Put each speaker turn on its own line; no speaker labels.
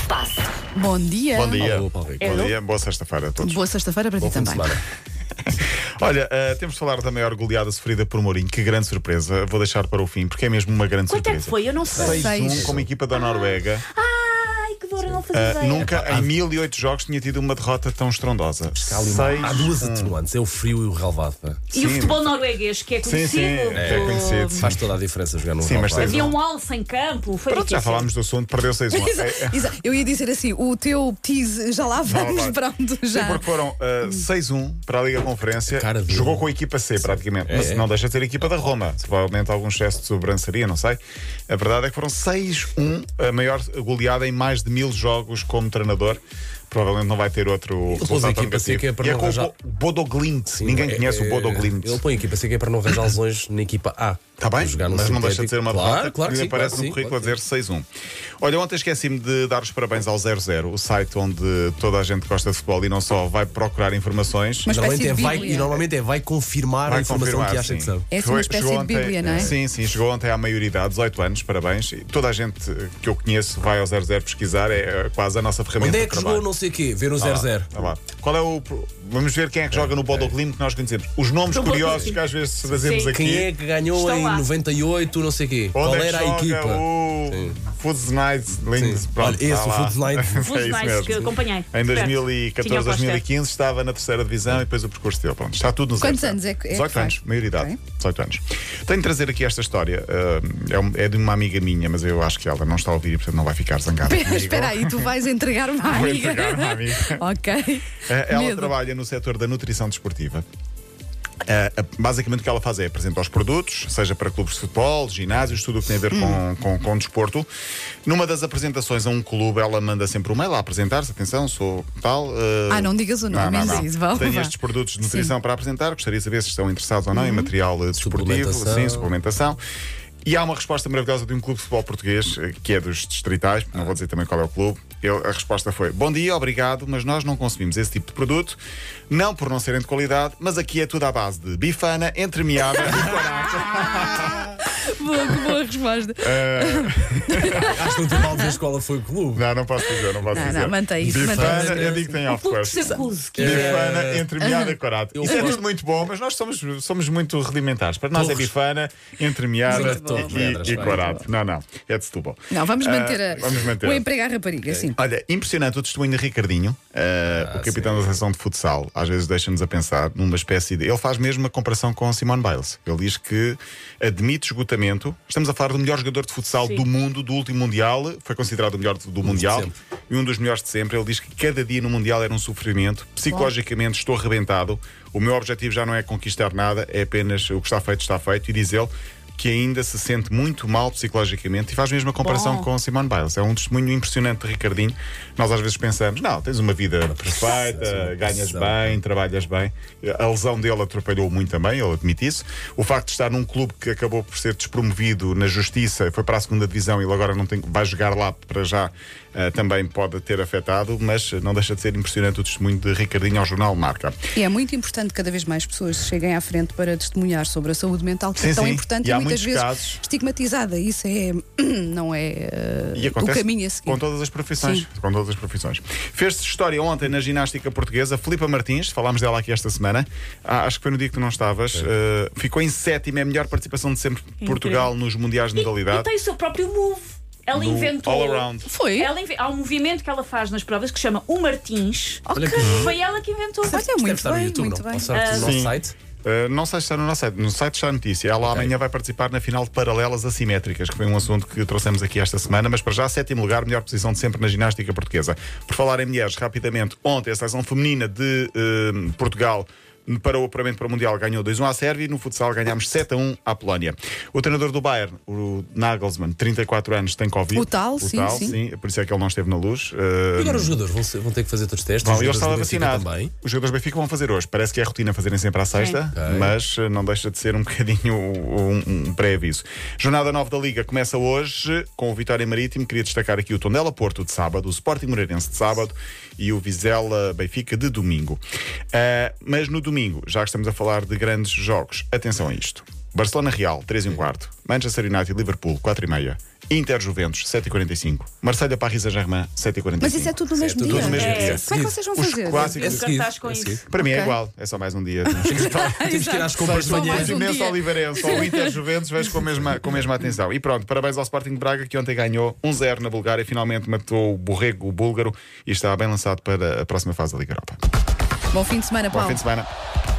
se passa.
Bom dia.
Bom dia.
Alô, Paulo Rico.
Então, Bom dia, boa sexta-feira a todos.
Boa sexta-feira para
Bom
ti
fim de
É também.
semana.
Olha, eh, temos de falar da maior goleada sofrida por Mourinho. Que grande surpresa. Vou deixar para o fim, porque é mesmo uma grande
Quanto é que
surpresa.
foi? Eu não sei.
Seis.
Um com uma equipa da Noruega.
Ai, que dor, eu não fazia
Eh,
ideia.
nunca em 1008 jogos tinha tido uma derrota tão estrondosa.
Há, ali uma- há duas atenuantes, é o frio e o relvado. é? pá.
E o
Sim.
futebol norueguês, que é conhecido.
Sim, sim, é
por-
conhecido. Sim.
Faz toda a diferença jogar no
Sim, mas
relvado.
tens-
Havia um alce em campo. Foi
Pronto, já
difícil.
falámos do assunto, perdeu um. 6 1
Exa- exa- Eu ia dizer assim, o teu tease já lá vamos,
vai.
pronto,
Sim,
já.
porque foram eh, 6-1 para a Liga Conferência.
Cara dele.
Jogou com a equipa C, praticamente. Mas
É.
não deixa de ser a equipa da Roma. Provavelmente algum excesso de sobrançaria, não sei. A verdade é que foram 6-1, a maior goleada em mais de mil jogos como treinador. Provavelmente não vai ter outro
pôs a
resultado tão
equipa C
negativo.
que é para
e é
não
com
arranjar-
o Bo- Bodoglint. Ninguém
É-
conhece
é-
o Bodoglint.
Ele põe a equipa CQ para não arranjar lesões na equipa A.
Está Tá bem,
Jogar no
mas não deixa
sintético.
de ser uma derrota
claro,
que um
claro que
lhe
sim, claro
aparece
que sim,
no currículo
claro que sim.
a dizer 6-1. Olha, ontem esqueci-me de dar os parabéns ao 00, o site onde toda a gente que gosta de futebol e não só vai procurar informações.
Mas espécie
Normalmente é,
de
vai,
Bíblia.
e normalmente é vai confirmar a
Vai
informação
confirmar,
que acha
sim.
que sabe.
É assim uma
Foi-
espécie
chegou
de
ontem-
Bíblia, não é?
Sim, sim, chegou ontem à maioridade, 18 anos, parabéns. E Toda a gente eh, que eu conheço vai ao 00 pesquisar, é eh, quase a nossa ferramenta
Onde é
de
que
trabalho.
jogou não sei o quê? Ver o
Tá lá,
0-0.
tá lá. Qual é o. pro- Vamos ver quem é que joga no Bodoglim que nós conhecemos. Os nomes
Então
Bodoglin.
curiosos que às vezes fazemos
Sim.
aqui.
Quem é que ganhou
Estão
em
lá.
98, não sei o quê? Qual
Onde é que
era a
joga
equipa?
o tá Foods Nights Links?
Sim. Olha, esse, o Foods Night.
Foods Nights, que eu acompanhei.
É Em
De perto.
2014,
Tinha a costa.
2015 estava na terceira divisão e depois o percurso dele. Pronto, está tudo nos
Quantos anos é que- é que
18
faz?
anos, maioridade.
Ok.
18 anos. Tenho de trazer aqui esta história. ah, é um- é de uma amiga minha, mas eu acho que ela não está a ouvir e portanto não vai ficar zangada.
Espera,
comigo.
espera aí, tu vais entregar uma
Vou
amiga.
entregar uma amiga.
ok.
Eh, Ela
Medo.
trabalha no setor da nutrição desportiva. Eh, eh, basicamente o que ela faz é apresenta os produtos, seja para clubes de futebol, ginásios, tudo o que tem a ver
Hum.
com, com, com desporto. Numa das apresentações a um clube, ela manda sempre um mail a apresentar-se: atenção, sou tal. eh,
Ah, não digas o nome,
não,
menos
não.
isso, vá,
Tenho
vá.
estes produtos de nutrição para apresentar, gostaria de saber se estão interessados ou não em
Uhum.
material eh, desportivo,
Suplementação.
sim, suplementação. E há uma resposta maravilhosa de um clube de futebol português, eh, que é dos distritais, não vou dizer também qual é o clube. Ele- a resposta foi: Bom dia, obrigado, mas nós não consumimos esse tipo de produto, não por não serem de qualidade, mas aqui é tudo à base de bifana, entremeada e guaraca.
Boa, que boa resposta.
Acho que não estou mal dizer escola foi o clube.
Não, não posso dizer, não posso
Não,
dizer.
não, mantém isso,
Bifana,
mantém isso.
eu digo que tem alto
Clube que se acuse, que é.
Bifana, entremeada e corata.
Eu
Isso é
gosto.
tudo muito bom, mas nós somos, somos muito rudimentares. Para nós é
Torres.
bifana, entremeada
Muito bom. Torres,
e, e
vai.
corata. Não, não, é de Setúbal.
é Não, vamos
Ah,
manter, a-
vamos manter.
o emprego à rapariga, sim.
Olha, impressionante o testemunho de Ricardinho, eh,
Ah,
o capitão da seleção de futsal. Às vezes deixa-nos a pensar numa espécie de. Ele faz mesmo a comparação com Simone Biles. Ele diz que admite esgotamento. Estamos a falar do melhor jogador de futsal do mundo, do último Mundial. Foi considerado o melhor do Mundial
sempre.
e um dos melhores de sempre. Ele diz que cada dia no Mundial era um sofrimento. Psicologicamente estou arrebentado. O meu objetivo já não é conquistar nada, é apenas o que está feito, está feito. E diz ele que ainda se sente muito mal psicologicamente e faz mesmo a comparação
Bom.
com Simone Biles. É um testemunho impressionante de Ricardinho. Nós às vezes pensamos, não, tens uma vida perfeita, ganhas
pressão.
bem, trabalhas bem. A lesão dele atrapalhou muito também, ele admite isso. O facto de estar num clube que acabou por ser despromovido na justiça, foi para a segunda divisão e ele agora não tem, vai jogar lá para já, eh, também pode ter afetado, mas não deixa de ser impressionante o testemunho de Ricardinho ao jornal Marca.
E é muito importante que cada vez mais pessoas cheguem à frente para testemunhar sobre a saúde mental, que é
Sim,
tão
sim.
importante
E
e,
há
muitas
muitos
vezes
casos.
estigmatizada. Isso é, não é eh,
E
o
acontece
caminho a seguir.
com todas as profissões.
Sim.
Com todas as profissões. Fez-se história ontem na ginástica portuguesa. Filipa Martins, falámos dela aqui esta semana. Ah, acho que foi no dia que tu não estavas. eh, ficou em sétima, é a melhor participação de sempre de Portugal nos mundiais de
E, e
modalidade.
tem o seu próprio move. Ela
Do
inventou.
all around.
Foi?
Ela inve- Há um movimento que ela faz nas provas que se chama O Martins.
Olha que
Foi ela que inventou.
Olha,
Deve
muito
estar no
bem,
YouTube,
muito
não?
bem.
Posso estar no nosso
Ah, Sim.
site?
Eh, não sei se está no nosso site. No site está a notícia. Ela amanhã vai participar na final de paralelas assimétricas, que foi um assunto que trouxemos aqui esta semana. Mas para já, sétimo lugar, melhor posição de sempre na ginástica portuguesa. Por falar em mulheres, rapidamente, ontem a seleção feminina de eh, Portugal. Para o apuramento para o Mundial ganhou 2-1 à Sérvia e no futsal ganhámos 7-1 à Polónia. O treinador do Bayern, o Nagelsmann, 34 anos, tem Covid.
O tal, sim, sim.
Por isso é que ele não esteve na luz.
E
Eh,
agora os jogadores vão, ser- vão ter que fazer todos os testes.
Bom,
os
eu
jogadores
estava
do Benfica
vacinado.
também.
Os jogadores do Benfica vão fazer hoje. Parece que é a rotina fazerem sempre à sexta,
Ok.
mas eh, não deixa de ser um bocadinho um, um pré-aviso. Jornada 9 da Liga começa hoje com o Vitória Marítimo. Queria destacar aqui o Tondela Porto de sábado, o Sporting Moreirense de sábado e o Vizela Benfica de domingo. Eh, mas no domingo, já que estamos a falar de grandes jogos, atenção a isto. Barcelona Real, 3 e um quarto. Manchester United e Liverpool, 4 e meia. Inter-Juventus, 7h45. Marselha Paris Saint-Germain, 7h45.
Mas isso é tudo no
Isso é
mesmo
tudo
dia?
no mesmo
É. dia.
Como é que vocês vão
Os
fazer?
clássicos-
É
Nunca
seguir,
estás com
é
isso.
seguir.
Para mim é
Ok.
igual, é só mais um dia.
Temos que ir às
Depois
compras de
Só
manhã.
mais um
imenso
dia.
Oliveirense ou Inter Juventus, vejo com a, mesma, com a mesma atenção. E pronto, parabéns ao Sporting de Braga que ontem ganhou 1-0 na Bulgária, finalmente matou o Borrego, o búlgaro, e está bem lançado para a próxima fase da Liga Europa.
Bom fim de semana,
Bom
Paulo.
fim de semana.